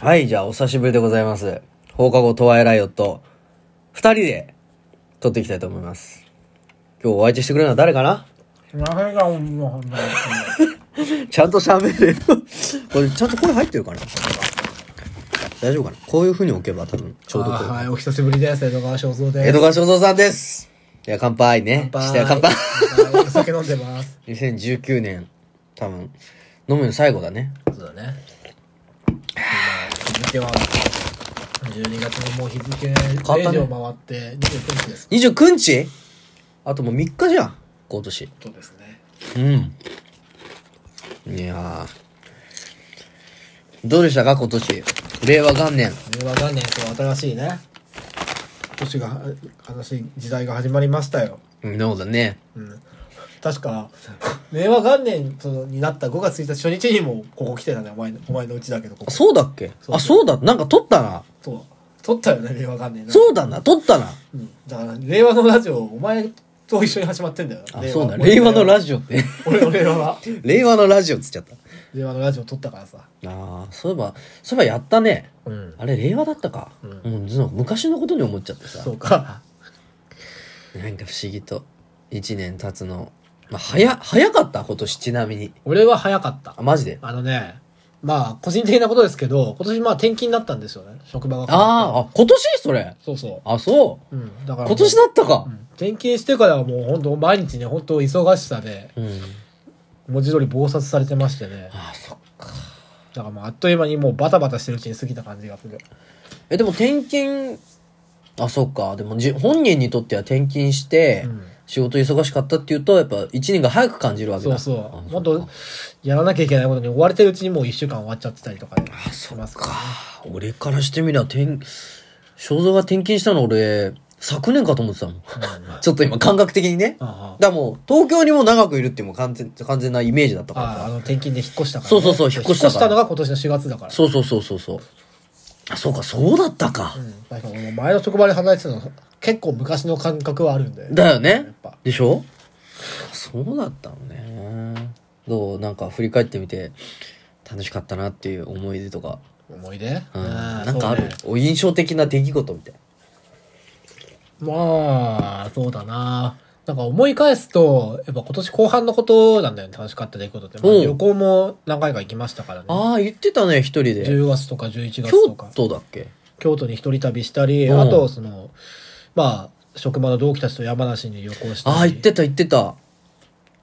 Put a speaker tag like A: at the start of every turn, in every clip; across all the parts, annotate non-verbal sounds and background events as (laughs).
A: はい、じゃあお久しぶりでございます。放課後トワイライオット、二人で撮っていきたいと思います。今日お相手してくれるのは誰かな (laughs)
B: すいませんが、もうほんとに。
A: ちゃんと喋れる。 (laughs) これ、ちゃんと声入ってるかな大丈夫かなこういう風に置けば多分、ちょうどこ
B: あー
A: う。
B: はい、お久しぶりです。江戸川正蔵です。
A: 江戸川正蔵さんです。では乾杯ね。しては乾杯。 (laughs)
B: 乾杯お酒飲んでます。
A: 2019年、多分、飲むの最後だね。
B: そうだね。今、日付は、12月のもう日付、
A: わった
B: 0
A: ね
B: 時を回って29日です。
A: 29日あともう3日じゃん。今年。
B: そうですね。
A: うん。いやーどうでしたか今年。令和元年。
B: 令和元年、こう、新しいね。年が、新しい時代が始まりましたよ。
A: うんそうだね。
B: うん。確か、令和元年そのになった5月1日初日にもここ来てたね、お前の、お前のうちだけど、こ
A: あ
B: こ。
A: そうだっけあ、そうだ。なんか撮ったな。
B: そう。撮ったよね、令和元年な。
A: そうだな。撮ったな。
B: うんだから、令和のラジオ、お前と一緒に始まってんだよ。
A: あ、そうだ。令和のラ
B: ジ
A: ジオって。 (laughs)
B: オ。俺の令和は。
A: 令和のラジオっつっちゃった。
B: 令和のラジオ撮ったからさ。
A: ああ、そういえば、そういえばやったね。
B: うん。
A: あれ、令和だったか。うん、なんか昔のことに思っちゃってさ
B: そ。うか。
A: なんか不思議と。一年経つの。まあ、早、早かった、今年ちなみに。
B: 俺は早かった
A: あ、。マジで。
B: あのね、まあ、個人的なことですけど、今年まあ転勤になったんですよね。職場が。
A: あーあ、今年それ。
B: そうそ
A: あ、そう。
B: う。うん。だからも
A: 今
B: う。
A: 年だったか
B: う。ん転勤してからはもう本当毎日ね、本当忙しさで、
A: うん。
B: 文字通り暴殺されてましてね。
A: ああ、そっか。
B: だからもうあっという間にもうバタバタしてるうちに過ぎた感じがする。
A: え、でも転勤、あ、そっか。でもじ、本人にとっては転勤して、
B: うん
A: 仕事忙しかったっていうと、やっぱ一年が早く感じるわけ
B: そ
A: だ。
B: うそ
A: あ
B: う。もっとやらなきゃいけないことに追われてるうちにもう一週間終わっちゃってたりとかね
A: あ、そ
B: し
A: う
B: ま
A: か
B: すからね。
A: 俺からしてみりゃ、転、肖像が転勤したの俺、昨年かと思ってたもん。ちょっと今感覚的にね。だか
B: あ
A: らもう、東京にも長くいるっていうもう完全、完全なイメージだった
B: あ
A: から
B: ああ
A: さ。
B: の転勤で引っ越したから、
A: そうそうそう引っ越したから
B: 引っ越したのが今年の4月だから。
A: そうそうそうそうそう。あ、そうか、そうだったか。
B: うん。確かに俺も前の職場で離れてたの、結構昔の感覚はあるんで。
A: だよ
B: やっ
A: ね
B: ぱ。
A: でしょそうだったのねどうなんか振り返ってみて楽しかったなっていう思い出とか、
B: 思い出
A: うん、
B: う
A: なんかあ
B: そ
A: る
B: うね
A: お印象的な出来事みたい
B: まあ、そうだな。なんか思い返すと、やっぱ今年後半のことなんだよね、楽しかった出来事って。まあ
A: うん
B: 旅行も何回か行きましたからね。
A: なああ言ってたね一人で
B: 10月とか11月と
A: 京
B: か。
A: 都だっけ
B: 京都に一人旅したり、
A: うん
B: あとそのまあ職場の同期たちと山梨に旅行したり
A: ああ言ってた言ってた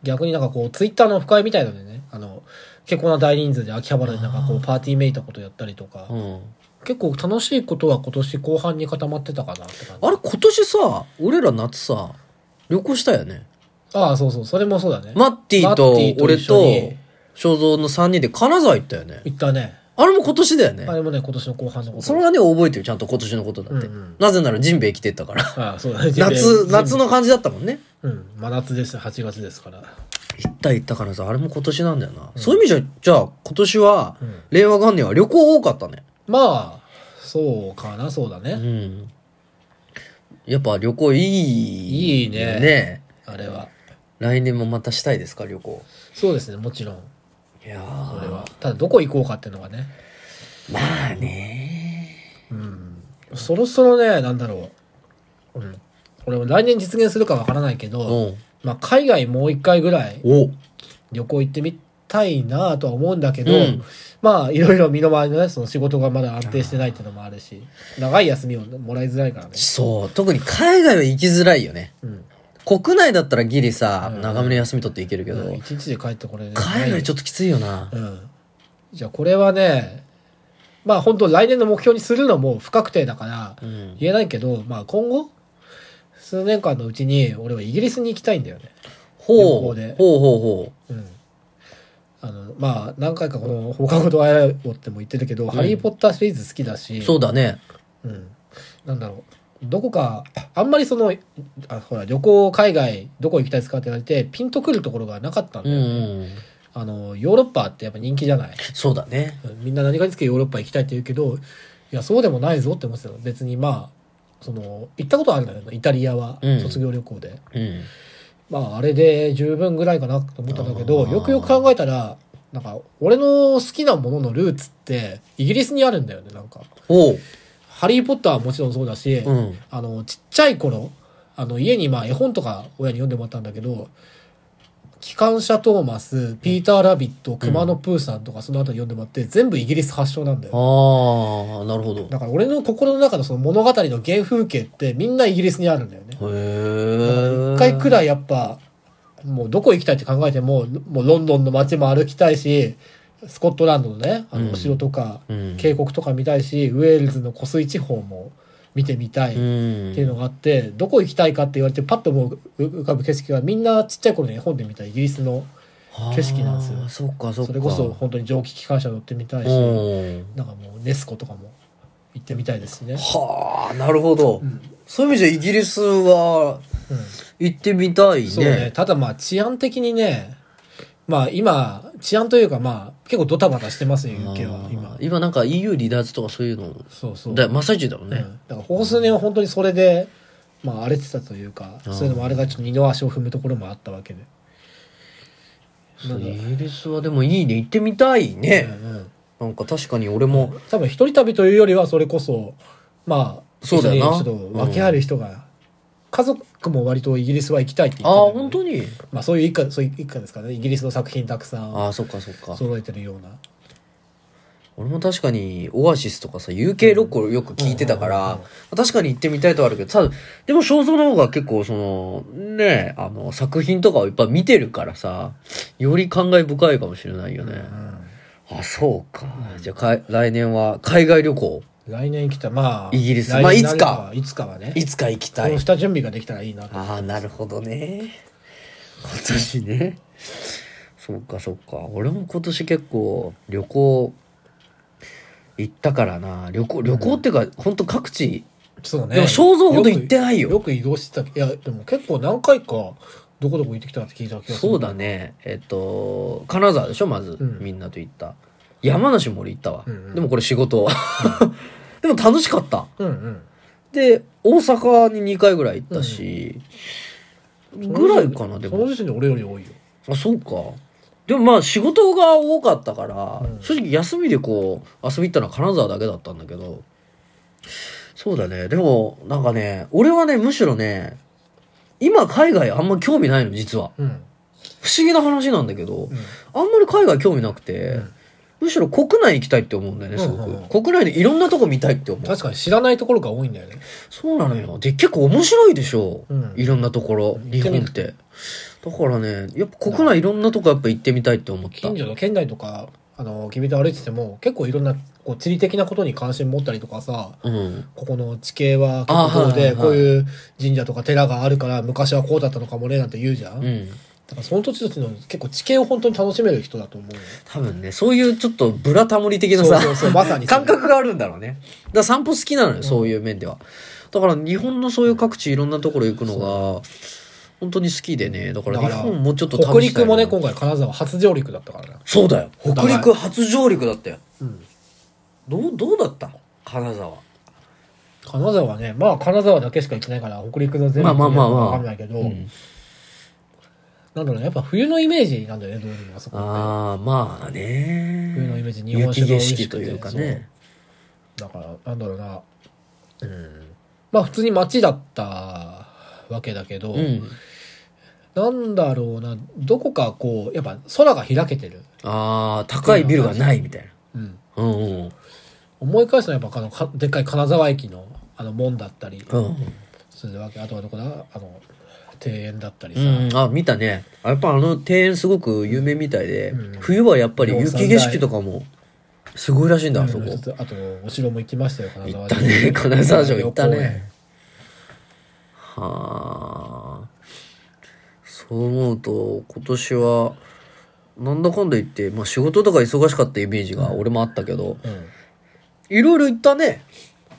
B: 逆になんかこうツイッターのオフ会みたいなのでねあの結構な大人数で秋葉原でなんかこうパーティーめいたことやったりとか、
A: うん
B: 結構楽しいことは今年後半に固まってたかなって感じ
A: あれ今年さ俺ら夏さ旅行したよね
B: ああそうそうそれもそうだね、
A: マッティと
B: マッティと
A: 俺
B: 一緒
A: と
B: に
A: 正蔵の3人で金沢行ったよね
B: 行ったね
A: あれも今年だよね
B: あれもね今年の後半のこと
A: それはね覚えてるちゃんと今年のことだって、
B: うんうん
A: なぜならジンベエ来てったから
B: ああそうだね
A: 夏、夏
B: の
A: の感じだったもんね。
B: うん真夏です8月ですから
A: 行った行ったからさ、あれも今年なんだよな。そういう意味じゃ、じゃあ今年は、
B: うん
A: 令和元年は旅行多かったね。
B: まあそうかなそうだね、
A: うん。やっぱ旅行いい。
B: いいね
A: ね
B: あれは
A: 来年もまたしたいですか、旅行。
B: そうですねもちろん
A: いや
B: こ
A: ー
B: れはただどこ行こうかっていうのがね
A: まあね
B: うんそろそろねなんだろううんこれも来年実現するかわからないけ
A: う
B: ど、
A: ん。
B: まあ、海外もう一回ぐらい
A: お
B: 旅行行ってみたいなとは思うんだけど、
A: うん
B: まあいろいろ身の回りのねその仕事がまだ安定してないっていうのもあるし長い休みをもらいづらいからね、
A: そう。特に海外は行きづらいよね。
B: うん、
A: 国内だったらギリさ、
B: うん
A: 長めの休み取って行けるけ
B: うん
A: ど、
B: 一日で帰ってこれ、ね、
A: 海外ちょ
B: っ
A: っときついよな
B: と、。うん、じゃあこれはねまあ本当来年の目標にするのも不確定だから、
A: うん。
B: 言えないけど、まあ、今後数年間のうちに俺はイギリスに行きたいんだよね。旅
A: ほう。
B: 行
A: ほう
B: で
A: ほうほ
B: うん、あのまあ何回かこの「放課後とあやらお」っても言ってるけど「ハリー・ポッター」シリーズ好きだし
A: う。そうだね。
B: うん、なんだろうどこかあんまりそのあほら旅行海外どこ行きたいですかって言われてピンとくるところがなかったん
A: う
B: で、
A: んうん。
B: あのヨーロッパってやっぱ人気じゃない
A: そうだね。
B: みんな何かにつけヨーロッパ行きたいって言うけど、いや、そうでもないぞって思ってたの。別にまあ、その、行ったことあるんだけど、イタリアは
A: うん、
B: 卒業旅行で。
A: うん。
B: まあ、あれで十分ぐらいかなと思ったんだけど、
A: あー
B: よくよく考えたら、なんか俺の好きなもののルーツってイギリスにあるんだよねなんか
A: おう。
B: 「ハリー・ポッター」はもちろんそうだし、
A: うん。
B: あのちっちゃい頃あの家にまあ絵本とか親に読んでもらったんだけど「機関車トーマス」「ピーター・ラビット」「クマのプーさん」とかその後に読んでもらって全部イギリス発祥なんだよ
A: ああ、なるほど。
B: だから俺の心の中のその物語の原風景ってみんなイギリスにあるんだよね。
A: へえ。
B: 一回くら
A: い。
B: いやっぱ、もうどこ行きたいって考えても、もうロンドンの街も歩きたいし、スコットランドのね、あ
A: う
B: の
A: ん
B: お城とか、
A: うん。
B: 渓谷とか見たいし、ウェールズの湖水地方も見てみたいっ
A: う
B: て
A: ん。
B: いうのがあって、どこ行きたいかって言われてパッともう浮かぶ景色がみんなちっちゃい頃に絵本で見たイギリスの、景色なんですよ
A: あーそっかそっか。
B: それこそ本当に蒸気機関車乗ってみたいし、
A: うん。
B: なんかもうネスコとかも行ってみたいですしね。
A: はあ、なるほど。
B: うん
A: そういう意味じゃイギリスは
B: うん
A: 行ってみたいね。
B: そうね。ただまあ治安的にね、まあ今、治安というかまあ結構ドタバタしてますよ、
A: あ
B: UK は
A: ー
B: 今。
A: 今なんか EU 離脱とかそういうの、
B: そうそう。
A: だ真っ最中だもん
B: うんだ
A: ね。
B: からここ数年は本当にそれで、まあ荒れてたというか、
A: あー
B: そういうのもあれがちょっと二の足を踏むところもあったわけで。
A: そう
B: なんだ
A: イギリスはでもいいね。行ってみたいね。
B: うんうん
A: なんか確かに俺も、
B: 多分一人旅というよりはそれこそ、まあ、
A: そうだよな
B: 一緒にちょっと分け合える人が、家族も割とイギリスは行きたいって言って
A: ああ、
B: たんだよね
A: 本当に
B: まあそういう一家、そういう一家ですからね。イギリスの作品たくさ
A: あ
B: ん
A: あ、そっかそっか。
B: 揃えてるような。
A: 俺も確かにオアシスとかさ UK ロックをよく聞いてたか
B: うんうんうん
A: ら確かに行ってみたいとはあるけどただでも肖像の方が結構そのねあの作品とかをいっぱい見てるからさより感慨深いかもしれないよねあそうかじゃあかい来年は海外旅行
B: 来年来た、まあ。
A: イギリス
B: 来年
A: まあいつか
B: いつかはね。
A: いつか行きた
B: こ
A: い
B: の下準備ができたらいいなと。
A: ああなるほどね今年ねそうかそうか俺も今年結構旅行行ったからな旅行旅行っていうか、ほんと各地
B: そうね。
A: でも肖像ほど行ってないよ
B: よく移動してた。いや、でも結構何回か、どこどこ行ってきたって聞いた気がする。
A: そうだ。ねえっと金沢でしょまず、
B: うん
A: みんなと行った山梨も俺行ったわ、
B: うんうん
A: でもこれ仕事 (laughs) でも楽しかった
B: うんうん。
A: で大阪に2回ぐらい行ったし、ぐらいかなで
B: そ
A: も
B: の時点で俺より多いよ。
A: あそうかでもまあ仕事が多かったから、
B: うん
A: 正直休みでこう遊び行ったのは金沢だけだったんだけどそうだねでもなんかね俺はねむしろね今海外あんま興味ないの実は
B: うん。
A: 不思議な話なんだけど
B: うん
A: あんまり海外興味なくて、
B: うん
A: むしろ国内行きたいって思うんだよねすごく、
B: うんうんうん
A: 国内でいろんなとこ見たいって思う
B: 確かに知らないところが多いんだよね。
A: そうなのよで結構面白いでしょ、
B: うん
A: いろんなところ
B: うん
A: 日本ってだからねやっぱ国内いろんなとこやっぱ行ってみたいって思った
B: 近所の県内とか、あの、君と歩いてても、結構いろんな、こう、地理的なことに関心持ったりとかさ、
A: うん。
B: ここの地形は
A: あ
B: 結構こう
A: はい
B: で、
A: はいはい
B: こういう神社とか寺があるから、昔はこうだったのかもね、なんて言うじゃん
A: う。ん。
B: だからその土地土地の結構地形を本当に楽しめる人だと思うよ。
A: 多分ね、そういうちょっとブラタモリ的なさ、
B: そうそうそう
A: (laughs)
B: まさにそれ
A: 感覚があるんだろうね。だから散歩好きなのよ、そういう面では。だから日本のそういう各地いろんなところ行くのが、本当に好きでね。だから
B: だ
A: 日
B: から
A: 本もうちょっと
B: 北
A: 試した
B: 陸
A: いな
B: もね、今回金沢初上陸だったからな。
A: そうだよ。北
B: お
A: 陸初上陸だったよ。
B: うん。
A: どう、どうだった金沢。
B: 金沢はね、まあ金沢だけしか行ってないから、北陸の全部
A: まあまあまあまあ
B: わかんないけど、
A: うん
B: なんだろうね、やっぱ冬のイメージなんだよね、どうにもあそこって。
A: ああ、まあね。
B: 冬のイメージ日本酒
A: 雪
B: が美
A: 景
B: 味しくて
A: 色というかね。
B: だから、なんだろうな。うん。まあ普通に街だったわけだけど、
A: うん。
B: なんだろうな、どこかこう、やっぱ空が開けてる。
A: ああ、高いビルがないみたい
B: うん。
A: な。うんうん。
B: 思い返すのはやっぱあのか、でっかい金沢駅の、あの門だったり、
A: うん。
B: するわけあとはどこだあの庭園だったりさ、
A: うん、あ見たねあやっぱあの庭園すごく有名みたいで、
B: うん
A: 冬はやっぱり雪景色とかもすごいらしいんだ、あそこ
B: 一つあとお城も行きましたよ金
A: 行っ
B: 沢城
A: たね (laughs) 金沢城行った
B: 旅行公
A: ね
B: 園
A: はあそう思うと今年はなんだかんだ言って、まあ、仕事とか忙しかったイメージが俺もあったけど、
B: うん
A: いろいろ行ったね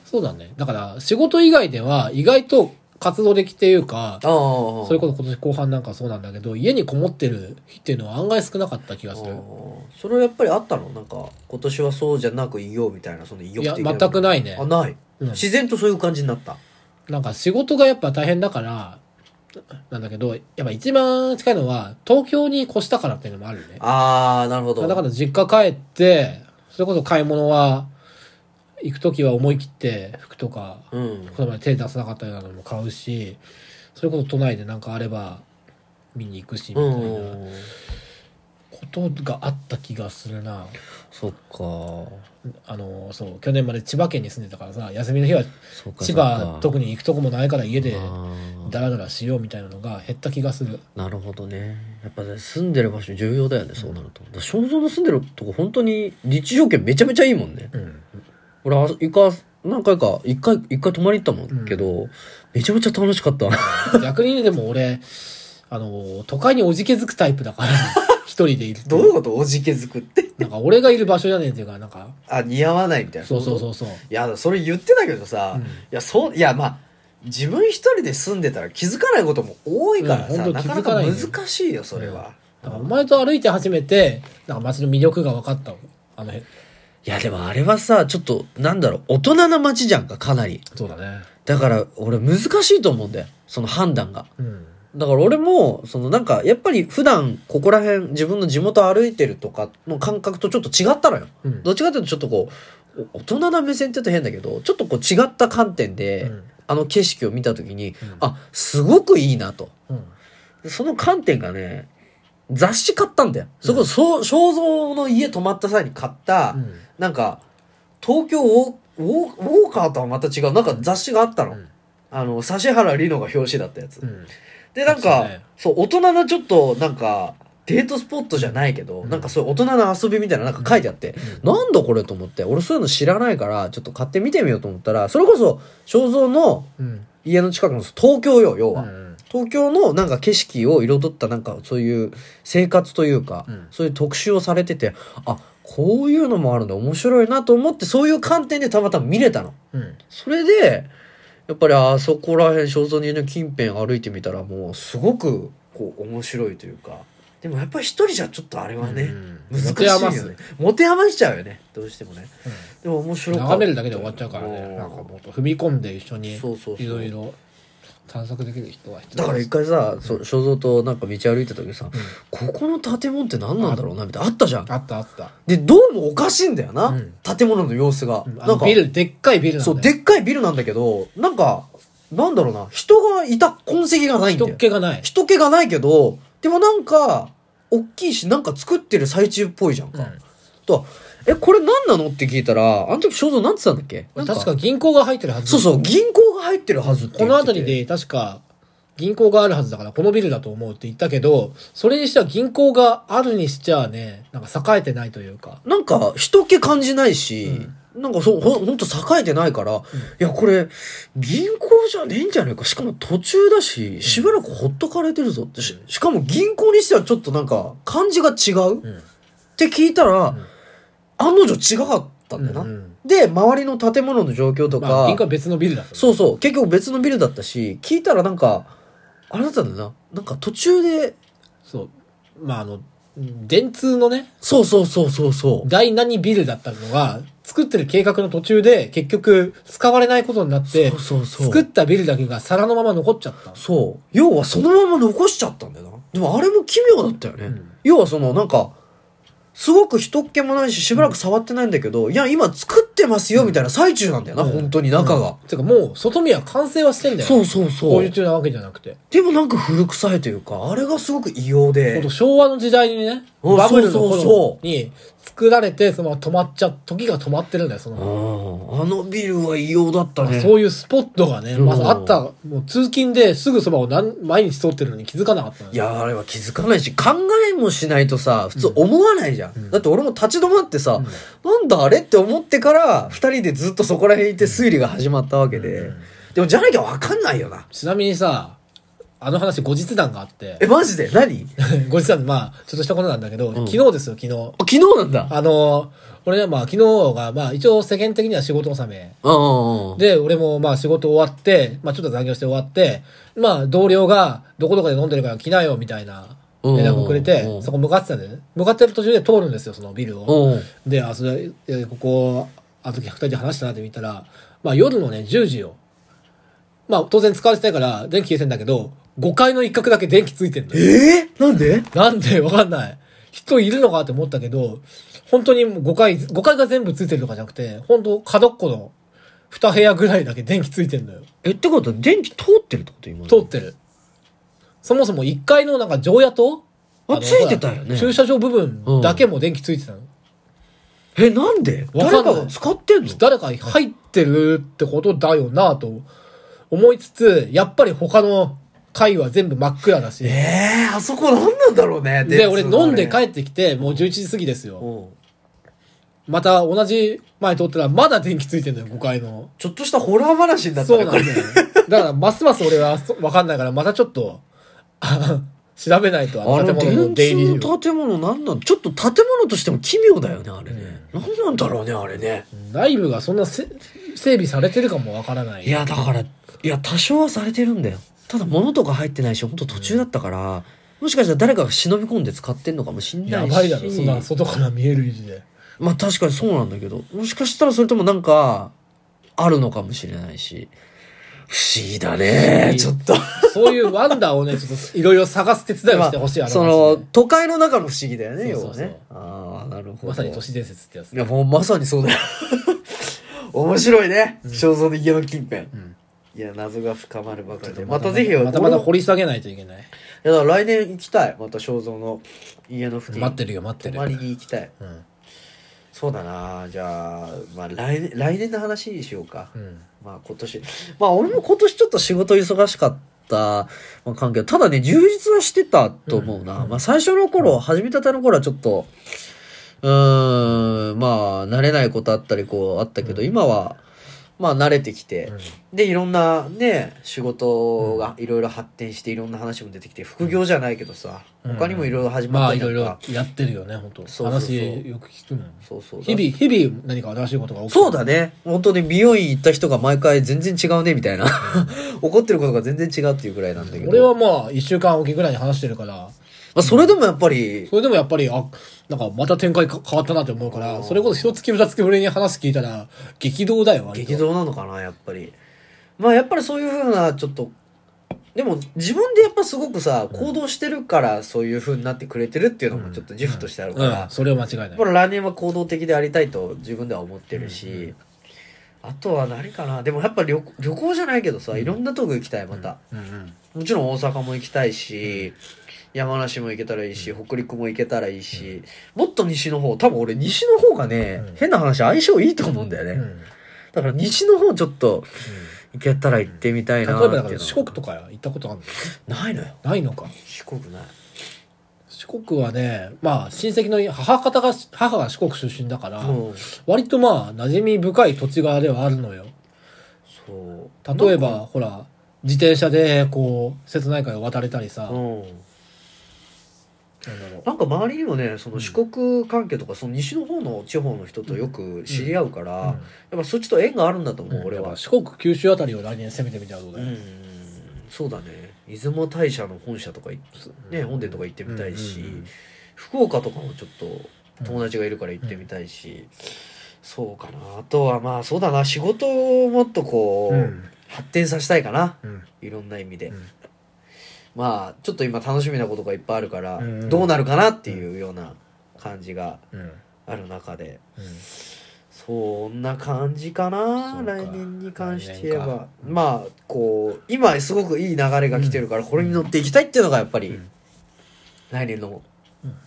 B: そうだねだから仕事以外では意外と活動できっていうか
A: ああそ
B: それこそ今年後半なんかそうなんだけど家にこもってる日っていうのは案外少なかった気がする
A: それはやっぱりあったのなんか今年はそうじゃなくいようみたいなその意欲的
B: いや全くないね
A: あない、
B: うん
A: 自然とそういう感じになった
B: なんか仕事がやっぱ大変だからなんだけど、やっぱ一番近いのは、東京に越したからっていうのもあるよね。
A: あー、なるほど。
B: だから実家帰って、それこそ買い物は、行くときは思い切って服とか、
A: うん。
B: この前手出さなかったようなのも買うし、それこそ都内でなんかあれば見に行くし、み
A: う。
B: たいなんことがあった気がするな。
A: そっか。
B: あの、そう、去年まで千葉県に住んでたからさ、休みの日は
A: そっか。
B: 千葉
A: そっか
B: 特に行くとこもないから家で
A: あー
B: ダラダラしようみたいなのが減った気がする。
A: なるほどね。やっぱね、住んでる場所重要だよね、そうなると。だから正蔵の住んでるとこ、本当に立地条件めちゃめちゃいいもんね。
B: うん。
A: 俺、あ一回、何回か、一回、一回泊まり行ったもんけど、めちゃめちゃ楽しかった。
B: 逆にねでも俺、あの、都会におじけづくタイプだから、 (laughs) 一人でいると。
A: うことおじけづくって。
B: なんか俺がいる場所じゃねえっていうか、なんか、
A: あ、似合わないみたい
B: そうそうそうそう。
A: いや、それ言ってたけどさ、
B: うん
A: いや、そう、いや、まあ、自分一人で住んでたら気づかないことも多いからさ、
B: うん本当
A: な
B: 気
A: か
B: づ
A: な
B: か
A: か
B: ないよ
A: 難しいよ、それは。
B: だからお前と歩いて初めて、なんか街の魅力が分かったのあの辺。
A: いや、でもあれはさ、ちょっと、なんだろう、大人な街じゃんか、かなり。
B: そうだね。
A: だから、俺難しいと思うんだよ、その判断が。
B: うん。
A: だから俺も、そのなんか、やっぱり普段、ここら辺、自分の地元歩いてるとかの感覚とちょっと違ったのよ。
B: うん
A: どっちかというとちょっとこう、お大人な目線って言うと変だけど、ちょっとこう違った観点で、
B: うん
A: あの景色を見たときに、
B: ん
A: あ、すごくいいなと。
B: うん。
A: その観点がね、雑誌買ったんだよ。それこそ、そう肖像の家泊まった際に買った、
B: うん
A: なんか、東京ウォーウォーウォーカーとはまた違う、なんか雑誌があったの。
B: うん
A: あの、指原莉乃が表紙だったやつ。
B: うん。
A: で、なん
B: そう
A: か
B: ね、
A: そう、大人のちょっと、なんか、デートスポットじゃないけど、なんかそういう大人の遊びみたいななんか書いてあって、なんだこれと思って、俺そういうの知らないから、ちょっと買って見てみようと思ったら、それこそ、肖像の
B: うん。
A: 家の近くの東京よ、要は。
B: うん
A: 東京のなんか景色を彩ったなんかそういう生活というか、
B: うん
A: そういう特集をされてて、あ、こういうのもあるんだ、面白いなと思って、そういう観点でたまたま見れたの。
B: うん。
A: それで、やっぱりあそこら辺、肖像人の近辺歩いてみたら、もうすごくこう面白いというか、でもやっぱり一人じゃちょっとあれはね、
B: うん
A: 難しい
B: 持て余
A: よ
B: す
A: ね。持て余しちゃうよね、どうしてもね。
B: うん
A: でも面白かった
B: 眺めるだけで終わっちゃうから
A: う
B: ね。
A: ん
B: なんかもっと踏み込んで一緒に、い
A: そうそうそう
B: ろいろ探索できる人は必要
A: だから一回さ、そう肖像となんか道歩いた時さ、ここの建物って何なんだろうなみたいな、あったじゃん。
B: あったあった。
A: で、どうもおかしいんだよな、
B: うん
A: 建物の様子が。
B: うんあ
A: な
B: の
A: んか、
B: ビル、でっかいビルなんだ
A: そ
B: よ
A: う、でっかいビルなんだけど、なんか、なんだろうな、人がいた痕跡がないんだ
B: 人
A: よ
B: っ。気がない。
A: 人気がないけど、でもなんか、大きいし、なんか作ってる最中っぽいじゃんか。と、え、これ何なのって聞いたら、あの時肖像なんて言ったんだっけなん
B: 確か銀行が入ってるはず。
A: そうそう、銀行が入ってるはずって
B: こ
A: 言ってて
B: の辺りで確か銀行があるはずだからこのビルだと思うって言ったけど、それにしては銀行があるにしちゃあね、なんか栄えてないというか。
A: なんか、人気感じないし、なんかそう、ほんほんと栄えてないから、いや、これ、銀行じゃねえんじゃねえか。しかも途中だし、しばらくほっとかれてるぞって。ししかも銀行にしてはちょっとなんか、感じが違う、
B: ん
A: って聞いたら、案の定違かったんだよな。
B: うんうん
A: で、周りの建物の状況とか、
B: まあ、銀行は別のビルだと。
A: そうそう、結局別のビルだったし、聞いたらなんか、あれだったんだよな。なんか途中で、
B: そう。まああの、電通のね、
A: そうそうそうそうそう。
B: 第何ビルだったのが、作ってる計画の途中で結局使われないことになって、
A: そうそうそう
B: 作ったビルだけが皿のまま残っちゃった。
A: そう。要はそのまま残しちゃったんだよな。でもあれも奇妙だったよね。
B: ん
A: 要はそのなんか、すごく人っ気もないし、しばらく触ってないんだけど、いや、今作ってますよみたいな最中なんだよな、本当に中が。
B: てかもう外見は完成はしてんだよ。
A: そうそうそ
B: 工
A: う
B: 事。中なわけじゃなくて。
A: でもなんか古臭いというか、あれがすごく異様
B: ほん
A: で
B: と。昭和の時代にね、
A: うん
B: バブルの
A: そうそうそ
B: 頃に作られて、そのまま止まっちゃ、時が止まってるんだよ、
A: あ
B: そ
A: あ
B: の。
A: あのビルは異様だったね。
B: そういうスポットがね、
A: うん
B: まずあった、もう通勤ですぐそばを何毎日通ってるのに気づかなかったのよ
A: いや、あれは気づかないし、考えもしないとさ、普通思わないじゃん。だって俺も立ち止まってさ、なんだあれって思ってから、二人でずっとそこら辺いて推理が始まったわけで。でもじゃなきゃわかんないよな。
B: ちなみにさ、あの話後日談があ
A: (laughs)
B: って、
A: え、マジで何
B: 後日談、まあ、ちょっとしたことなんだけど、
A: ん
B: 昨日ですよ、昨日。
A: 昨日なんだ。
B: あの、俺ね、まあ昨日が、まあ一応世間的には仕事納め
A: うんうんうん。
B: で、俺もまあ仕事終わって、まあちょっと残業して終わって、まあ同僚がどこどこで飲んでるから来なよみたいな
A: うん
B: 連絡をくれ
A: う
B: て、
A: ん
B: そこ向かってたんでね。向かってる途中で通るんですよ、そのビル
A: う
B: を。
A: ん。
B: で、あ、それ、えここ、あの時100人で話したなって見たら、まあ夜のね、10時をまあ当然使わせたいから電気消えてんだけど、5階の一角だけ電気ついてんのよ。
A: えー、なんで
B: なんでわかんない。人いるのかって思ったけど、本当にもう5階、5階が全部ついてるとかじゃなくて、本当角っこの2部屋ぐらいだけ電気ついてんのよ。
A: え、ってことは電気通ってるってこと今の。
B: 通ってる。そもそも1階のなんか常夜灯
A: あ
B: の
A: ついてたよね
B: 駐車場部分だけも電気ついてたの。
A: え、なんで
B: わかんない
A: 誰かが使ってんの
B: 誰か入ってるってことだよなと思いつつ、やっぱり他の階は全部真っ暗だし。
A: えー、あそこ何なんだろうね。
B: で、俺飲んで帰
A: っ
B: ってきて、もう11時過ぎですよ。
A: うん
B: また同じ前通ったら、まだ電気ついてんのよ、5階の。
A: ちょっとしたホラー話になった
B: そう
A: ね、
B: なん
A: こ
B: だ
A: れ。
B: よ。だから、ますます俺はそわかんないから、またちょっと、 (laughs) あ調べないと、
A: あ
B: の
A: の
B: 建物の出
A: 電柱
B: 入りを。
A: の建物なんなんちょっと建物としても奇妙だよね、あれね。何なんだろうね、あれね。
B: 内部がそんなせ整備されてるかもわからない。
A: いや、だから、いや、多少はされてるんだよ。ただ物とか入ってないし、ほんと途中だったから、もしかしたら誰かが忍び込んで使ってんのかもしんな
B: や
A: いし。
B: ばいだろ、そんな外から見える位置で。
A: まあ確かにそうなんだけど、もしかしたらそれともなんか、あるのかもしれないし。不思議だね、ちょ
B: 不思 (laughs)
A: っと。
B: そういうワンダーをね、ちょっといろいろ探す手伝いをしてほしい、あの話
A: そ
B: ね
A: の、都会の中の不思議だよね、
B: そう
A: 要
B: そ
A: は
B: うそう
A: ね。ああ、なるほど。
B: まさに都市伝説ってやつ
A: い。や、もうまさにそうだよ。 (laughs) 面白いね。肖像の家の近辺。いや、謎が深まるばかりで。またぜひ、
B: またまた掘り下げないといけない。
A: 俺もいや、来年行きたい。また肖像の家の付近。
B: 待ってるよ、待って
A: 泊
B: る
A: ま。りに行きたい。
B: うん。
A: そうだなじゃあ、まあ来年、来年の話にしようか。
B: うん。
A: まあ今年。まあ俺も今年ちょっと仕事忙しかった、まあ、関係。ただね、充実はしてたと思うな。まあ最初の頃、始めたての頃はちょっと、うーん、まあ慣れないことあったりこうあったけど、今は、まあ慣れてきて、で、いろんなね、仕事がいろいろ発展していろんな話も出てきて、副業じゃないけどさ、
B: うん
A: 他にもいろいろ始
B: ま
A: まっ
B: あ
A: た
B: い
A: じゃ
B: ろ
A: ん
B: い
A: か。
B: ろやってるよね、本当
A: そうそうそう
B: 話よく聞くもん。
A: そうそう。
B: 日々、日々何か新しいことが起きてる
A: そうだ。ね。本当に美容院行った人が毎回全然違うね、みたいな。 (laughs) 怒ってることが全然違うっていうくらいなんだけど。
B: 俺はまあ一週間おきぐらいに話してるから、
A: まあ、それでもやっぱり、
B: それでもやっぱり、あ、なんかまた展開か変わったなって思うから、それこそ一月二月ぶりに話聞いたら、激動だよ、割と
A: 激。動なのかな、やっぱり。まあ、やっぱりそういうふうな、ちょっと、でも自分でやっぱすごくさ、行動してるからそういうふうになってくれてるっていうのもちょっと自負としてあるから、
B: うん、それは間違いない
A: やっ。ぱり来年は行動的でありたいと自分では思ってるし、あとは何かな、でもやっぱり旅行旅行じゃないけどさ、いろんなとこ行きたい、また。
B: うんうん。
A: もちろん大阪も行きたいし、山梨も行けたらいいし、北陸も行けたらいいし、もっと西の方、多分俺西の方がね、
B: うん
A: 変な話相性いいと思うんだよね。
B: うんうん
A: だから西の方ちょっと行けたら行ってみたい
B: 例
A: な
B: えば
A: っていうの
B: だから四国とか行ったことあるの
A: ないのよ。
B: ないのか。
A: 四国ない。
B: 四国はね、まあ親戚の母方が、母が四国出身だから、
A: うん。
B: 割とまあ馴染み深い土地柄ではあるのよ。
A: そう。
B: 例えば、ほら、自転車でこう、瀬戸内海を渡れたりさ、
A: うん。
B: なんだろう。
A: なんか周りにもね、その四国関係とか、その西の方の地方の人とよく知り合うから、
B: うん
A: やっぱそっちと縁があるんだと思う、
B: うん
A: 俺
B: やっ
A: は
B: ぱ。四国九州あたりを来年攻めてみたらどう
A: う
B: だよ。
A: ん。そうだね。出雲大社の本社とか行って、ね、本殿とか行ってみたいし、
B: うんうんうん
A: 福岡とかもちょっと友達がいるから行ってみたいし、そうかなあとはまあそうだな仕事をもっとこう、
B: うん
A: 発展させたいかな
B: うん
A: いろんな意味で、
B: うん
A: まあちょっと今楽しみなことがいっぱいあるから、
B: うんうん
A: どうなるかなっていうような感じが
B: うん
A: ある中で
B: うん
A: そんな感じかな
B: そうか
A: 来年に関して言え
B: 来年か
A: ばまあこう今すごくいい流れが来てるから、これに乗っていきたいっていうのがやっぱり、
B: うん
A: 来年の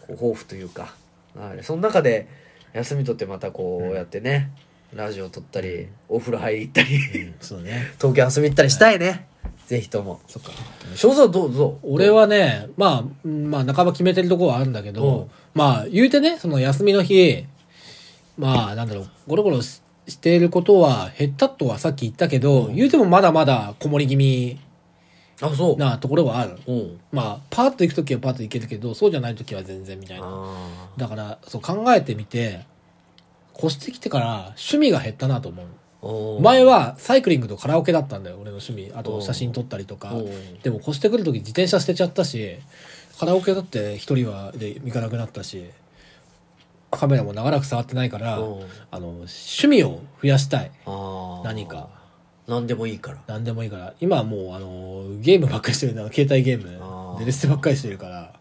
A: こ
B: うん
A: う抱負というか、はい、その中で休み取ってまたこうやってね、ラジオ撮ったり、お風呂入り行ったり、
B: そうね。
A: (laughs) 東京遊び行ったりしたいね、ぜひとも
B: そっか。
A: 正蔵どうぞ
B: 俺はね、まあ、うんまあ、半ば決めてるとこはあるんだけ
A: う
B: ど
A: ん、
B: まあ、言うてね、その休みの日、まあ、なんだろう、ゴロゴロししていることは減ったとはさっき言ったけど、言うてもまだまだこもり気味
A: あそう
B: なところはある。
A: うん
B: まあ、パーッと行くときはパーッと行けるけど、そうじゃないときは全然みたいな。
A: あ
B: だから、そう考えてみて、越してきてから趣味が減ったなと思う。
A: ー
B: 前はサイクリングとカラオケだったんだよ、俺の趣味。あ
A: う
B: と
A: ん
B: 写真撮ったりとか
A: うん。
B: でも越してくるとき自転車捨てちゃったし、カラオケだって一人はで行かなくなったし、カメラも長らく触ってないから、
A: うん
B: あの、趣味を増やしたい。
A: あー
B: 何か。
A: 何でもいいから。
B: 何でもいいから今はもうあのゲームばっかりしてるな携帯ゲー
A: あ
B: ム
A: ー
B: デレステばっかりしてるから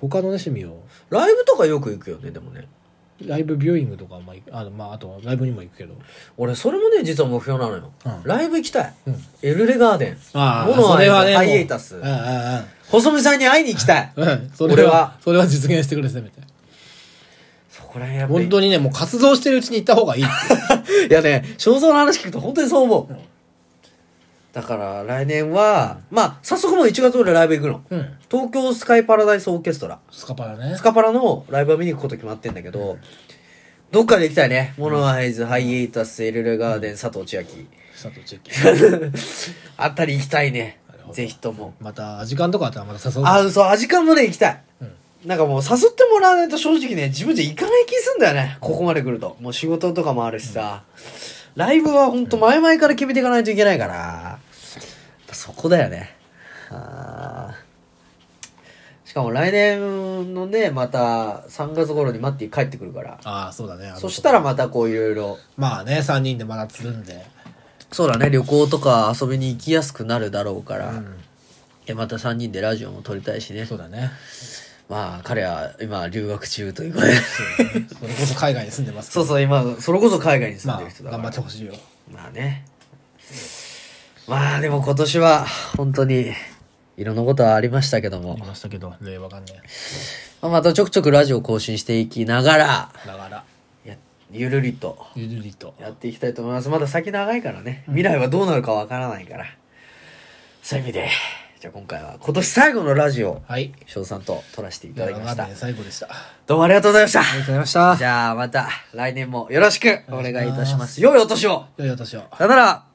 B: 他のね趣味を
A: ライブとかよく行くよね、でもね。
B: ライブビューイングとかまあいあのまああとはライブにも行くけど
A: 俺、それもね、実は目標なのよ。
B: うん
A: ライブ行きたい。
B: うん
A: エルレガーデン。
B: ああ
A: モノ
B: そ
A: ア
B: れ
A: イ
B: はね
A: ハイ
B: もう
A: エイタス
B: うんうんうん
A: 細見さんに会いに行きたい。
B: うん、それ
A: 俺
B: は
A: は、
B: それは実現してくれ、せめて。
A: そこら辺やっぱり
B: 本当にね、もう活動してるうちに行った方がいいって (laughs) いう。
A: いやね、肖像の話聞くと本当にそう思う。だから来年は、まあ、早速もう1月俺ライブ行くの。
B: うん。
A: 東京スカイパラダイスオーケストラ。
B: スカパラね
A: ス。カパラのライブは見に行くこと決まってんだけど、どっかで行きたいね。モノアイズ、ハイエイタス、エルレガーデン、佐藤千秋。
B: 佐藤チェキ。
A: (laughs) あたり行きたいね
B: るほ。ど
A: ぜひとも。
B: また、時間とかあったらまた誘う。
A: あ、そう、アジカンもね、行きたい。
B: うん
A: なんかもう誘ってもらわないと正直ね、自分じゃ行かない気すんだよね。ここまで来ると。もう仕事とかもあるしさ。ライブはほんと前々から決めていかないといけないから。やっぱそこだよね。あーしかも来年のね、また3月頃にマッティ帰ってくるから。
B: ああ、そうだね。あの
A: そしたらまたこういろいろ。
B: まあね、3人でまだつるんで。
A: そうだね、旅行とか遊びに行きやすくなるだろうから。
B: うん。
A: で、また3人でラジオも撮りたいしね。
B: そうだ
A: (laughs)
B: ね。
A: まあ彼は今留学中ということで
B: それこそ海外に住んでますか
A: (laughs) そ
B: ら。
A: うそう今それこそ海外に住ん
B: ま
A: で
B: あ
A: る、人だから、
B: 頑張
A: ま
B: ってほしいよ。
A: あ、ねまあでも今年は本当にいろんなことはありましたけども
B: 言い、ましたけど、令和元年。
A: まあ、またちょくちょくラジオ更新していきながら
B: だから、
A: やゆるりと
B: ゆるりと。
A: やっていきたいと思いますまだ先長いからね未来はどうなるかわからないから、そういう意味でじゃあ今回は今年最後のラジオ
B: はい。
A: 翔さんと撮らせていただ
B: 令
A: き
B: 和
A: まし
B: 元
A: た
B: 年最後でした。あ
A: どうもありがとうございました
B: りがとうございました。
A: じゃあまた来年もよろしくお願いいたします。良いお年を
B: 良いお年を。
A: さよなら